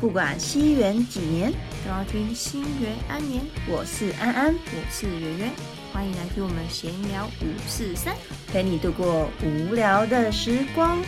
不管西元几年，都要听新元安年。我是安安，我是圆圆，欢迎来听我们闲聊五四三。陪你度过无聊的时光。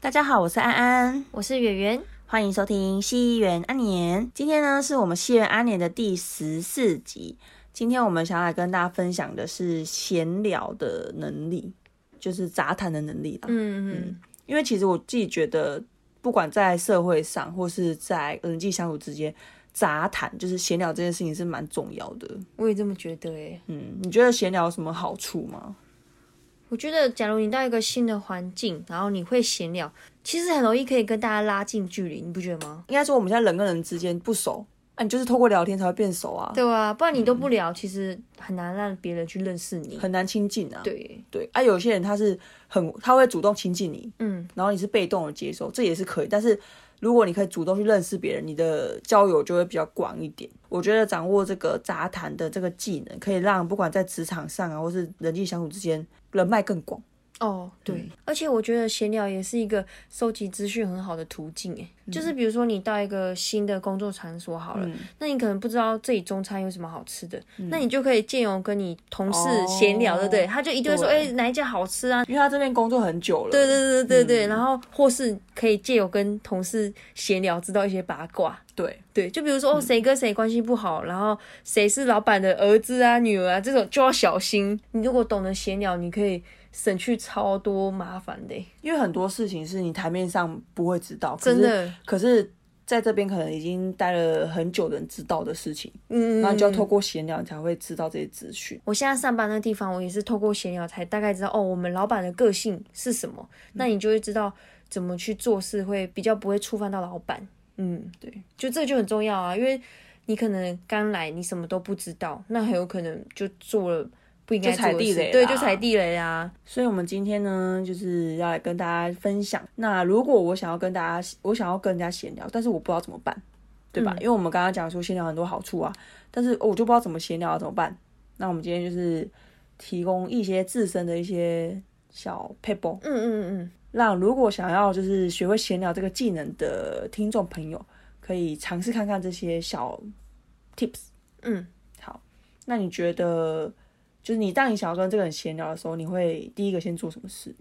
大家好，我是安安，我是圆圆，欢迎收听西元安年。今天呢，是我们西元安年的第十四集。今天我们想要来跟大家分享的是闲聊的能力，就是杂谈的能力啦。嗯嗯，因为其实我自己觉得，不管在社会上或是在人际相处之间，杂谈就是闲聊这件事情是蛮重要的。我也这么觉得欸诶。嗯，你觉得闲聊有什么好处吗？我觉得，假如你到一个新的环境，然后你会闲聊，其实很容易可以跟大家拉近距离，你不觉得吗？应该说我们现在人跟人之间不熟，啊，你就是透过聊天才会变熟啊，对啊，不然你都不聊，其实很难让别人去认识你。很难亲近啊。对，对啊，有些人他是很他会主动亲近你，嗯，然后你是被动的接受，这也是可以。但是如果你可以主动去认识别人，你的交友就会比较广一点。我觉得掌握这个杂谈的这个技能，可以让不管在职场上啊，或是人际相处之间，人脉更广。哦，对，嗯而且我觉得闲聊也是一个收集资讯很好的途径，诶、嗯就是比如说你到一个新的工作场所好了，那你可能不知道这里中餐有什么好吃的，那你就可以借由跟你同事闲聊，嗯哦对不对？他就一定会说，哎、对哪一家好吃啊？因为他这边工作很久了，对对对对对，然后或是可以借由跟同事闲聊，知道一些八卦。对对，就比如说哦，谁跟谁关系不好，然后谁是老板的儿子啊、女儿啊，这种就要小心。你如果懂得闲聊，你可以省去超多麻烦的欸、因为很多事情是你台面上不会知道，真的。可是。可是在这边可能已经待了很久的人知道的事情，嗯，然后你就要透过闲聊，你才会知道这些资讯。我现在上班的地方，我也是透过闲聊才大概知道哦，我们老板的个性是什么，那你就会知道怎么去做事，会比较不会触犯到老板。嗯，对，就这个就很重要啊，因为你可能刚来，你什么都不知道，那很有可能就做了不应该就做踩的事，地雷啦对，就踩地雷啊。所以，我们今天呢，就是要来跟大家分享。那如果我想要跟大家，我想要跟人家闲聊，但是我不知道怎么办，对吧？因为我们刚刚讲说闲聊很多好处啊，但是、哦我就不知道怎么闲聊、啊、怎么办？那我们今天就是提供一些自身的一些小 paper，嗯嗯嗯，让如果想要就是学会闲聊这个技能的听众朋友，可以尝试看看这些小 tips。嗯，好，那你觉得？就是你当你想要跟这个人闲聊的时候，你会第一个先做什么事？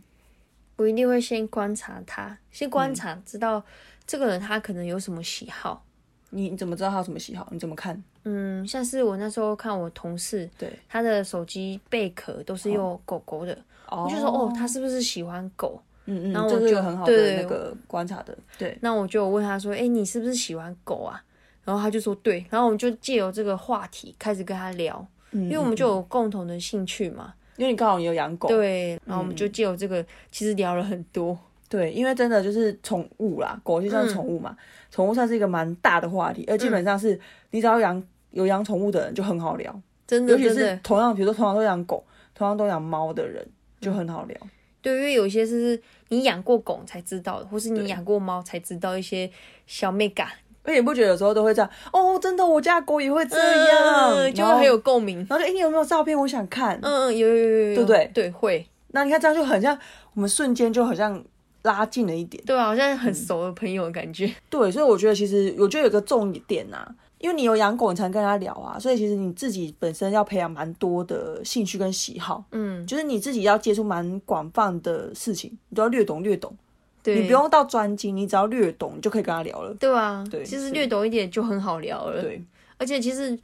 我一定会先观察他，先观察，知道这个人他可能有什么喜好。你你怎么知道他有什么喜好？你怎么看？嗯，像是我那时候看我同事，对，他的手机贝壳都是用狗狗的，哦我就说哦，他是不是喜欢狗？嗯嗯，然后这我是一个就很好对的那个观察的，对，那我就问他说，哎、你是不是喜欢狗啊？然后他就说对，然后我们就借由这个话题开始跟他聊，因因为我们就有共同的兴趣嘛。因为你刚好也有养狗，对，然后我们嗯就借由这个，其实聊了很多。对，因为真的就是宠物啦，狗就算宠物嗯嘛，宠、物算是一个蛮大的话题，而基本上是你只要养有养宠物的人就很好聊，真尤的，其真是的，同样比如说同样都养狗，同样都养猫的人就很好嗯聊，对，因为有些是你养过狗才知道的，或是你对养过猫才知道一些小美感，而且你不觉得有时候都会这样哦，真的我家的狗也会这样，嗯就然后会很有共鸣。然后就哎、你有没有照片我想看，嗯嗯，有有有有有，对不对对，会，那你看这样就很像我们瞬间就好像拉近了一点。对啊，好像很嗯熟的朋友的感觉。对，所以我觉得其实我觉得有个重点呐、因为你有养狗，你才能跟他聊啊，所以其实你自己本身要培养蛮多的兴趣跟喜好，嗯，就是你自己要接触蛮广泛的事情，你都要略懂略懂，对，你不用到专精，你只要略懂，你就可以跟他聊了。对啊，对其实是略懂一点就很好聊了。对，而且其实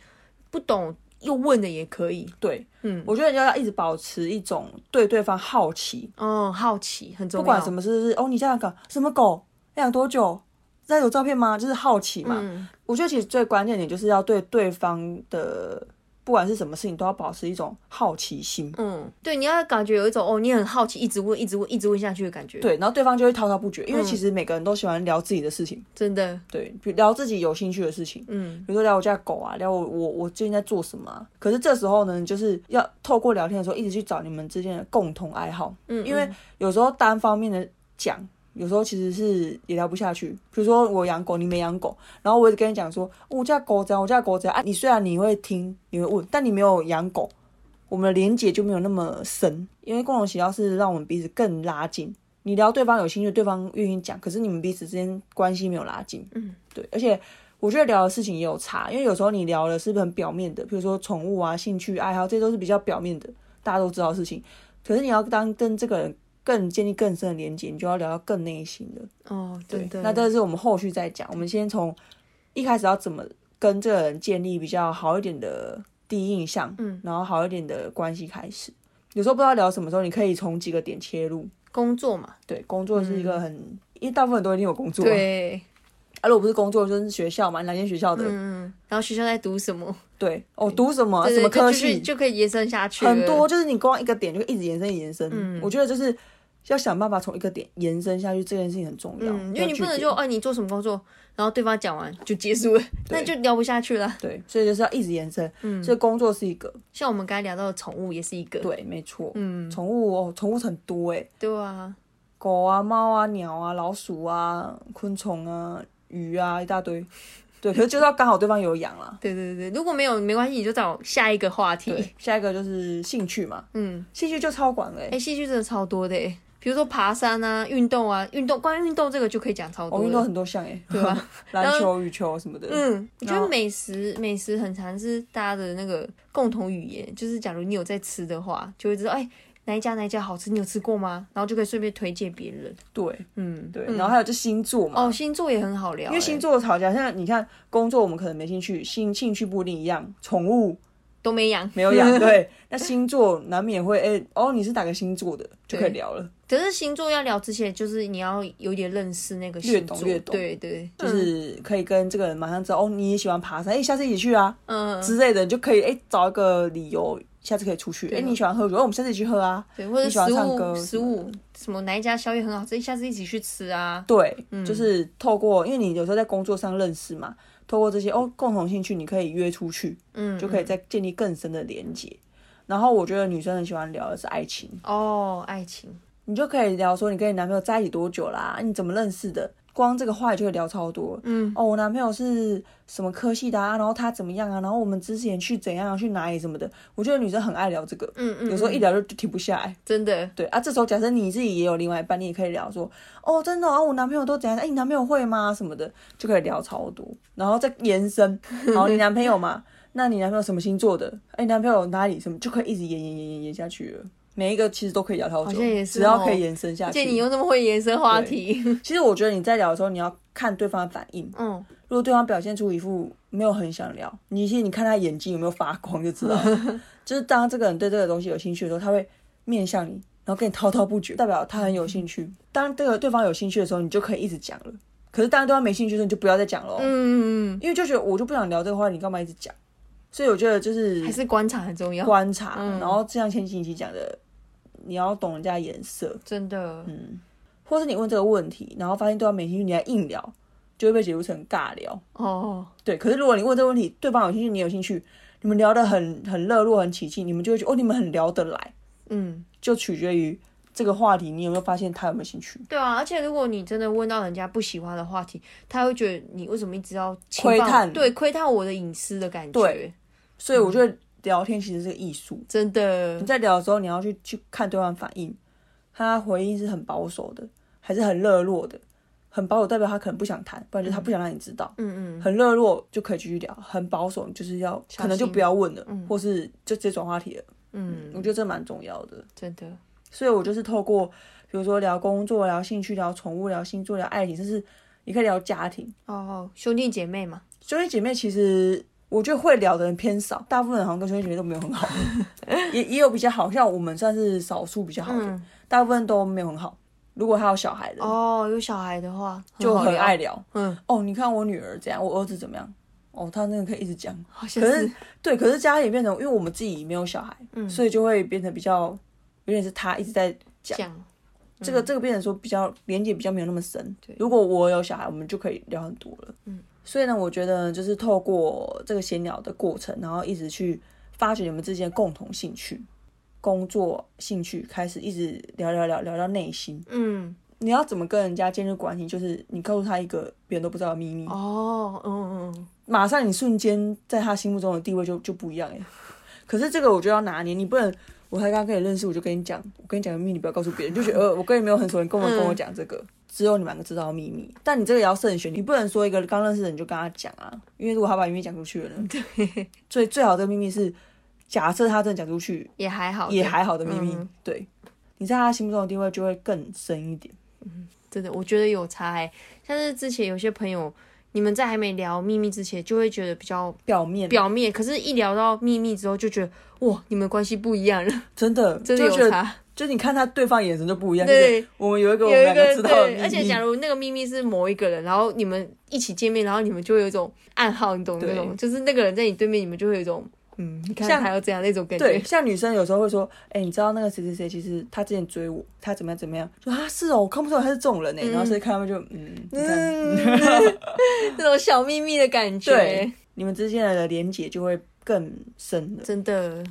不懂又问的也可以。对，嗯，我觉得你要一直保持一种对对方好奇，哦，好奇很重要。不管什么事，哦，你家养狗什么狗，哎养多久，那有照片吗？就是好奇嘛。嗯，我觉得其实最关键点就是要对对方的不管是什么事情，都要保持一种好奇心。嗯，对，你要感觉有一种哦，你很好奇，一直问，一直问，一直问下去的感觉。，对，然后对方就会滔滔不绝，因嗯为其实每个人都喜欢聊自己的事情，真的，对，比聊自己有兴趣的事情，嗯，比如说聊我家的狗啊，聊我我我最近在做什么啊。可是这时候呢，你就是要透过聊天的时候，一直去找你们之间的共同爱好，嗯因为嗯有时候单方面的讲。有时候其实是也聊不下去，比如说我养狗，你没养狗，然后我一直跟你讲说，哦我家狗怎样，我家狗怎样，啊，你虽然你会听，你会问，但你没有养狗，我们的连结就没有那么深，因为共同喜好是让我们彼此更拉近，你聊对方有兴趣，对方愿意讲，可是你们彼此之间关系没有拉近，嗯，对，而且我觉得聊的事情也有差，因为有时候你聊的是很表面的，比如说宠物啊、兴趣爱好，这都是比较表面的，大家都知道的事情。可是你要当跟这个人更建立更深的连接，你就要聊到更内心的。哦，对对，那这是我们后续再讲，我们先从一开始要怎么跟这个人建立比较好一点的第一印象，嗯，然后好一点的关系开始。有时候不知道聊什么时候，你可以从几个点切入。工作嘛，对，工作是一个很，因为大部分人都一定有工作、啊。，嗯对，啊，如果不是工作，就是学校嘛，哪间学校的？嗯，然后学校在读什么，对，哦，读什么对什么科对就就是系，就可以延伸下去了，很多就是你光一个点就一直延伸延伸。嗯我觉得就是要想办法从一个点延伸下去，这件事情很重要。嗯，因为你不要能去就点哦，你做什么工作，然后对方讲完就结束了，那就聊不下去了。对，所以就是要一直延伸。嗯，所以工作是一个像我们刚才聊到的宠物也是一个，对，没错。嗯，宠物哦，宠物很多哎，对啊，狗啊、猫啊、鸟啊、老鼠啊、昆虫啊、鱼啊，一大 堆。对，可是就是要刚好对方有养啦。对对对，对如果没有没关系，你就找下一个话题。对，下一个就是兴趣嘛，嗯，兴趣就超广了欸哎、戏剧真的超多的欸，比如说爬山啊、运动啊、运动，关于运动这个就可以讲超我多运的。动很多项哎，对啊 篮球、羽球什么的。嗯，我觉然得后美食美食很常是大家的那个共同语言，就是假如你有在吃的话，就会知道哎、哪一家哪一家好吃，你有吃过吗？然后就可以顺便推荐别人。对嗯，对，然后还有就星座嘛，哦，星座也很好聊欸，因为星座吵架，像你看工作我们可能没兴趣，兴兴趣不一定一样，宠物都没养，没有 养，对，那星座难免会哎哦，你是哪个星座的就可以聊了，可是星座要聊之前，就是你要有点认识那个星座，越懂越懂对对，就是可以跟这个人马上知道哦，你也喜欢爬山，哎，下次一起去啊嗯，之类的，你就可以哎找一个理由。下次可以出去，哎、你喜欢喝酒，哎我们下次一起去喝啊。对，或者你喜欢食唱歌物食物什么哪一家宵夜很好吃，下次一起去吃啊。对，就是透过，因为你有时候在工作上认识嘛，透过这些哦共同兴趣，你可以约出去，嗯，就可以再建立更深的连接。然后我觉得女生很喜欢聊的是爱情，哦，爱情，你就可以聊说你跟你男朋友在一起多久啦，啊你怎么认识的，光这个话题就会聊超多。嗯，哦，我男朋友是什么科系的啊，然后他怎么样啊，然后我们之前去怎样、啊、去哪里什么的，我觉得女生很爱聊这个，嗯嗯，有时候一聊就就停不下来。真的，对啊，这时候假设你自己也有另外一半，你也可以聊说，哦，真的哦啊、我男朋友都怎样？哎、你男朋友会吗？什么的，就可以聊超多，然后再延伸，然后你男朋友嘛，那你男朋友什么星座的？哎、你男朋友哪里什么，就可以一直延延延延延下去了。每一个其实都可以聊超久，好像也是只要哦可以延伸下见你去。又这么会延伸话题，其实我觉得你在聊的时候，你要看对方的反应。嗯，如果对方表现出一副没有很想聊，你其实你看他眼睛有没有发光就知道了。 就是当这个人对这个东西有兴趣的时候，他会面向你，然后跟你滔滔不绝，代表他很有兴趣。当这个对方有兴趣的时候，你就可以一直讲了。可是当对方没兴趣的时候，你就不要再讲了哦、嗯嗯嗯，因为就觉得我就不想聊这个话，你干嘛一直讲？所以我觉得就是还是嗯观察很重要，观察，然后就像前几期讲的，你要懂人家颜色，真的，嗯或是你问这个问题，然后发现对方没兴趣，你还硬聊，就会被解读成尬聊。哦，对，可是如果你问这个问题，对方有兴趣，你有兴趣，你们聊得很很热络、很起劲，你们就会觉得哦，你们很聊得来，嗯，就取决于这个话题你有没有发现他有没有兴趣，对啊，而且如果你真的问到人家不喜欢的话题，他会觉得你为什么一直要侵窥犯我探对，窥探我的隐私的感觉，对所以嗯我觉得聊天其实是个艺术。真的你，在聊的时候，你要去去看对方反应，他回应是很保守的，还是很热络的？很保守代表他可能不想谈，不然就是他不想让你知道。嗯嗯，很热络就可以继续聊，很保守你就是要小可能就心不要问了，或是就直接转话题了。嗯，我觉得这蛮重要的。真的，所以我就是透过，比如说聊工作、聊兴趣、聊宠物、聊星座、聊爱情，甚至也可以聊家庭。哦，兄弟姐妹嘛，兄弟姐妹其实我觉得会聊的人偏少，大部分人好像跟兄弟姐妹都没有 很好，也也有比较好，像我们算是少数比较好的，嗯大部分都没有很好。如果他有小孩的，哦，有小孩的话就好很聊爱，聊。嗯，哦，你看我女儿怎样，我儿子怎么样。哦，他那个可以一直 讲，好像可是是，对，可是家里变成，因为我们自己没有小孩，嗯所以就会变成比较，有点是他一直在讲，这个这个变成说比较连接比较没有那么深。对如果我有小孩，我们就可以聊很多了。嗯，所以呢，我觉得就是透过这个闲聊的过程，然后一直去发掘你们之间的共同兴趣、工作兴趣，开始一直聊聊聊聊到内心。嗯，你要怎么跟人家建立关系？就是你告诉他一个别人都不知道的秘密，哦，嗯嗯嗯，马上你瞬间在他心目中的地位就就不一样耶。可是这个我就要拿捏，你不能我才刚跟你认识，我就跟你讲，我跟你讲个秘密，你不要告诉别人，就觉得呃，我跟你没有很熟，你跟我跟我讲这个，只有你们两个知道的秘密。但你这个也要慎选，你不能说一个刚认识的人就跟他讲啊，因为如果他把秘密讲出去了呢，嗯所以 最好的秘密是，假设他真的讲出去，也还好，也还好的秘密，嗯对，你在他心目中的地位就会更深一点。真的，我觉得有差欸。像是之前有些朋友，你们在还没聊秘密之前，就会觉得比较表面表面，可是一聊到秘密之后，就觉得哇，你们关系不一 样了，真的真的就觉有得，差。就你看他对方眼神就不一样，对就是我们有一个我有们一两个个知道的秘对，密，而且假如那个秘密是某一个人，然后你们一起见面，然后你们就会有一种暗号，你懂那对种，就是那个人在你对面，你们就会有一种嗯，你看像他要这样那种感对，觉。像女生有时候会说，哎、你知道那个谁谁谁，其实他之前追我，他怎么样怎么样，就啊是哦，我看不出来他是这种人欸呢、然后所以看他们就嗯，你看嗯， 那种小秘密的感觉对，你们之间的连结就会更深了。真的，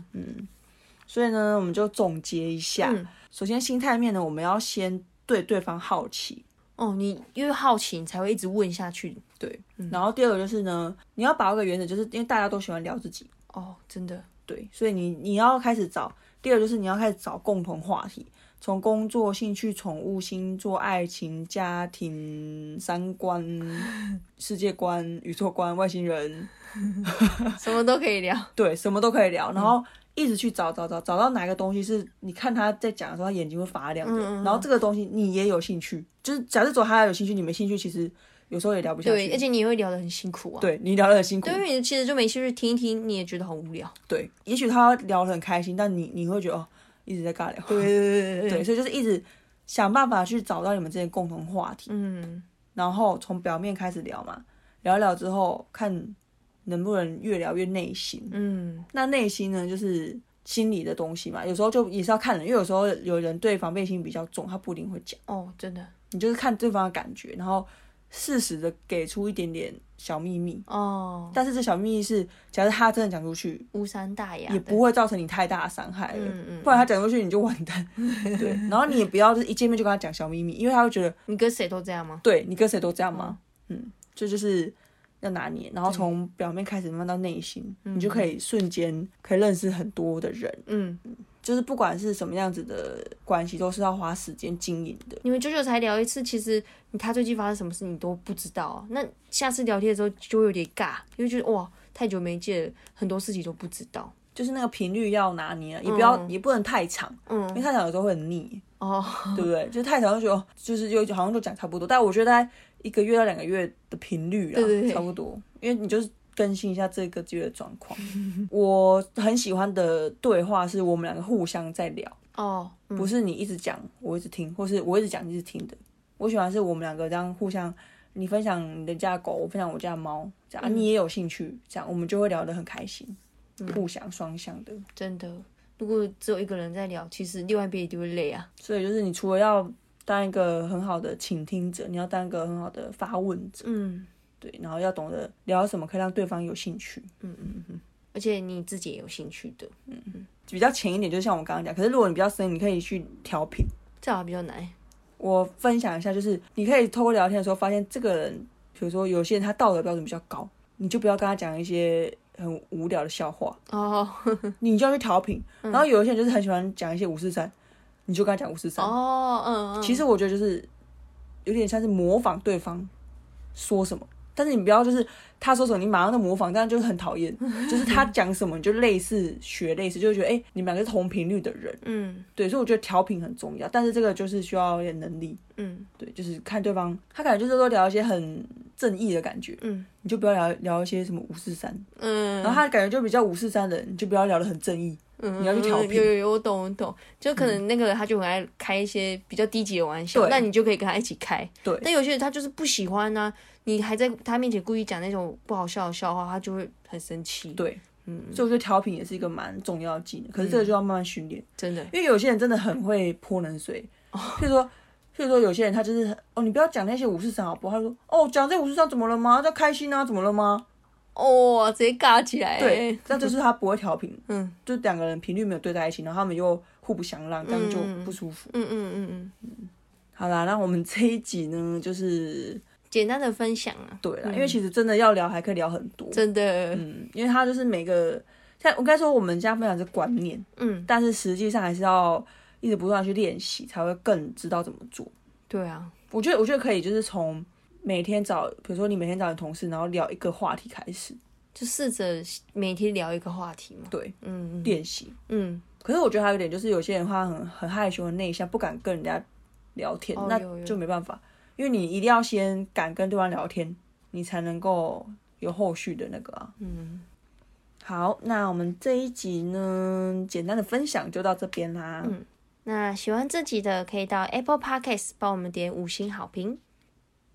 所以呢，我们就总结一下，嗯，首先心态面呢，我们要先对对方好奇，哦，你因为好奇，你才会一直问下去。对，然后第二个就是呢，你要把握一个原则，就是因为大家都喜欢聊自己，哦，真的，对，所以你你要开始找，第二就是你要开始找共同话题，从工作、兴趣、宠物、星座、爱情、家庭、三观、世界观、宇宙观、外星人，什么都可以聊。对，什么都可以聊，然后一直去找找找，找到哪个东西是你看他在讲的时候，他眼睛会发亮的，嗯嗯嗯然后这个东西你也有兴趣，就是假设走他有兴趣，你没兴趣，其实有时候也聊不下去，对，而且你也会聊得很辛苦啊。对你聊得很辛苦对，，因为你其实就没兴趣听一听，你也觉得很无聊。对，也许他聊得很开心，但你你会觉得哦，一直在尬聊，对对对，，所以就是一直想办法去找到你们之间的共同话题，嗯，然后从表面开始聊嘛，聊一聊之后看能不能越聊越内心。嗯，那内心呢，就是心理的东西嘛，有时候就也是要看人，因为有时候有人对防备心比较重，他不一定会讲，哦，真的，你就是看对方的感觉，然后适时的给出一点点小秘密。哦，但是这小秘密是，假如他真的讲出去，无伤大雅的，也不会造成你太大的伤害了。啊嗯嗯不然他讲出去你就完 蛋，对。然后你也不要就是一见面就跟他讲小秘密，因为他会觉得你跟谁都这样吗？对你跟谁都这样吗？嗯，这就是要拿捏，然后从表面开始慢慢到内心，你就可以瞬间可以认识很多的人，嗯，就是不管是什么样子的关系，都是要花时间经营的。你们久久才聊一次，其实你他最近发生什么事你都不知道啊。那下次聊天的时候就会有点尬，因为觉得哇，太久没见了，很多事情都不知道。就是那个频率要拿捏啊了，也不要、也不能太长，因为嗯，太长有时候会很腻，哦，对不对？就是太长就觉得哦就是又好像就讲差不多，但我觉得大概一个月到两个月的频率啊，对对对差不多，因为你就是更新一下这个月的状 况。我很喜欢的对话是我们两个互相在聊，哦，嗯不是你一直讲我一直听，或是我一直讲你一直听的。我喜欢是我们两个这样互相，你分享你的家的狗，我分享我家的猫，这样、啊你也有兴趣，这样我们就会聊得很开心，互相双向的。真的，如果只有一个人在聊，其实另外一边一定会累啊。所以就是你除了要当一个很好的倾听者，你要当一个很好的发问者，嗯，对，然后要懂得聊什么可以让对方有兴趣。而且你自己也有兴趣的，比较浅一点，就像我刚刚讲，可是如果你比较深，你可以去调频。这好像比较难。我分享一下，就是你可以透过聊天的时候发现这个人，比如说有些人他道德标准比较高，你就不要跟他讲一些很无聊的笑话，哦你就要去调频。然后有一些人就是很喜欢讲一些五四三，你就跟他讲五四三。哦，嗯嗯，其实我觉得就是有点像是模仿对方说什么，但是你不要就是他说什么你马上就模仿，但是就是很讨厌，就是他讲什么你就类似学类似，就会觉得哎、诶你们两个是同频率的人，嗯对，所以我觉得调频很重要，但是这个就是需要一点能力。嗯对，就是看对方，他感觉就是说聊一些很正义的感觉，嗯你就不要聊聊一些什么五四三，嗯，然后他感觉就比较五四三的，你就不要聊得很正义，嗯你要去调有频。有有，我懂我懂，就可能那个人他就很爱开一些比较低级的玩笑，对那你就可以跟他一起开。对那有些人他就是不喜欢呢、你还在他面前故意讲那种不好笑的笑话，他就会很生气。对嗯所以我觉得调频也是一个蛮重要的技能，可是这个就要慢慢训练，真的，因为有些人真的很会泼冷水，哦譬如说。譬如说，有些人他就是很哦，你不要讲那些五四三好不好？他说哦，讲这五四三怎么了吗？他开心啊，怎么了吗？哦，直接尬起来。对，，那就是他不会调频，嗯就两个人频率没有对在一起，然后他们又互不相让，这样就不舒服。嗯嗯嗯嗯，好啦，那我们这一集呢，就是简单的分享啊，对啦，因为其实真的要聊还可以聊很多，真的，嗯，因为它就是每个像我刚才说，我们家分享是观念，嗯，但是实际上还是要一直不断地去练习，才会更知道怎么做。对啊，我觉得，我觉得可以，就是从每天找，比如说你每天找你同事，然后聊一个话题开始，就试着每天聊一个话题嘛。对，嗯嗯练习。嗯，可是我觉得还有一点就是，有些人他很很害羞、很内向，不敢跟人家聊天，哦那有有就没办法，因为你一定要先敢跟对方聊天，你才能够有后续的那个啊。嗯。好，那我们这一集呢，简单的分享就到这边啦。嗯，那喜欢这集的可以到 Apple Podcast 帮我们点五星好评。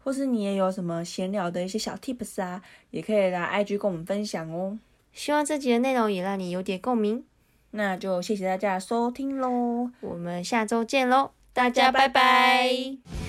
或是你也有什么闲聊的一些小 tips 啊，也可以来 IG 跟我们分享哦。希望这集的内容也让你有点共鸣。那就谢谢大家的收听喽。我们下周见喽，大家家拜拜拜。拜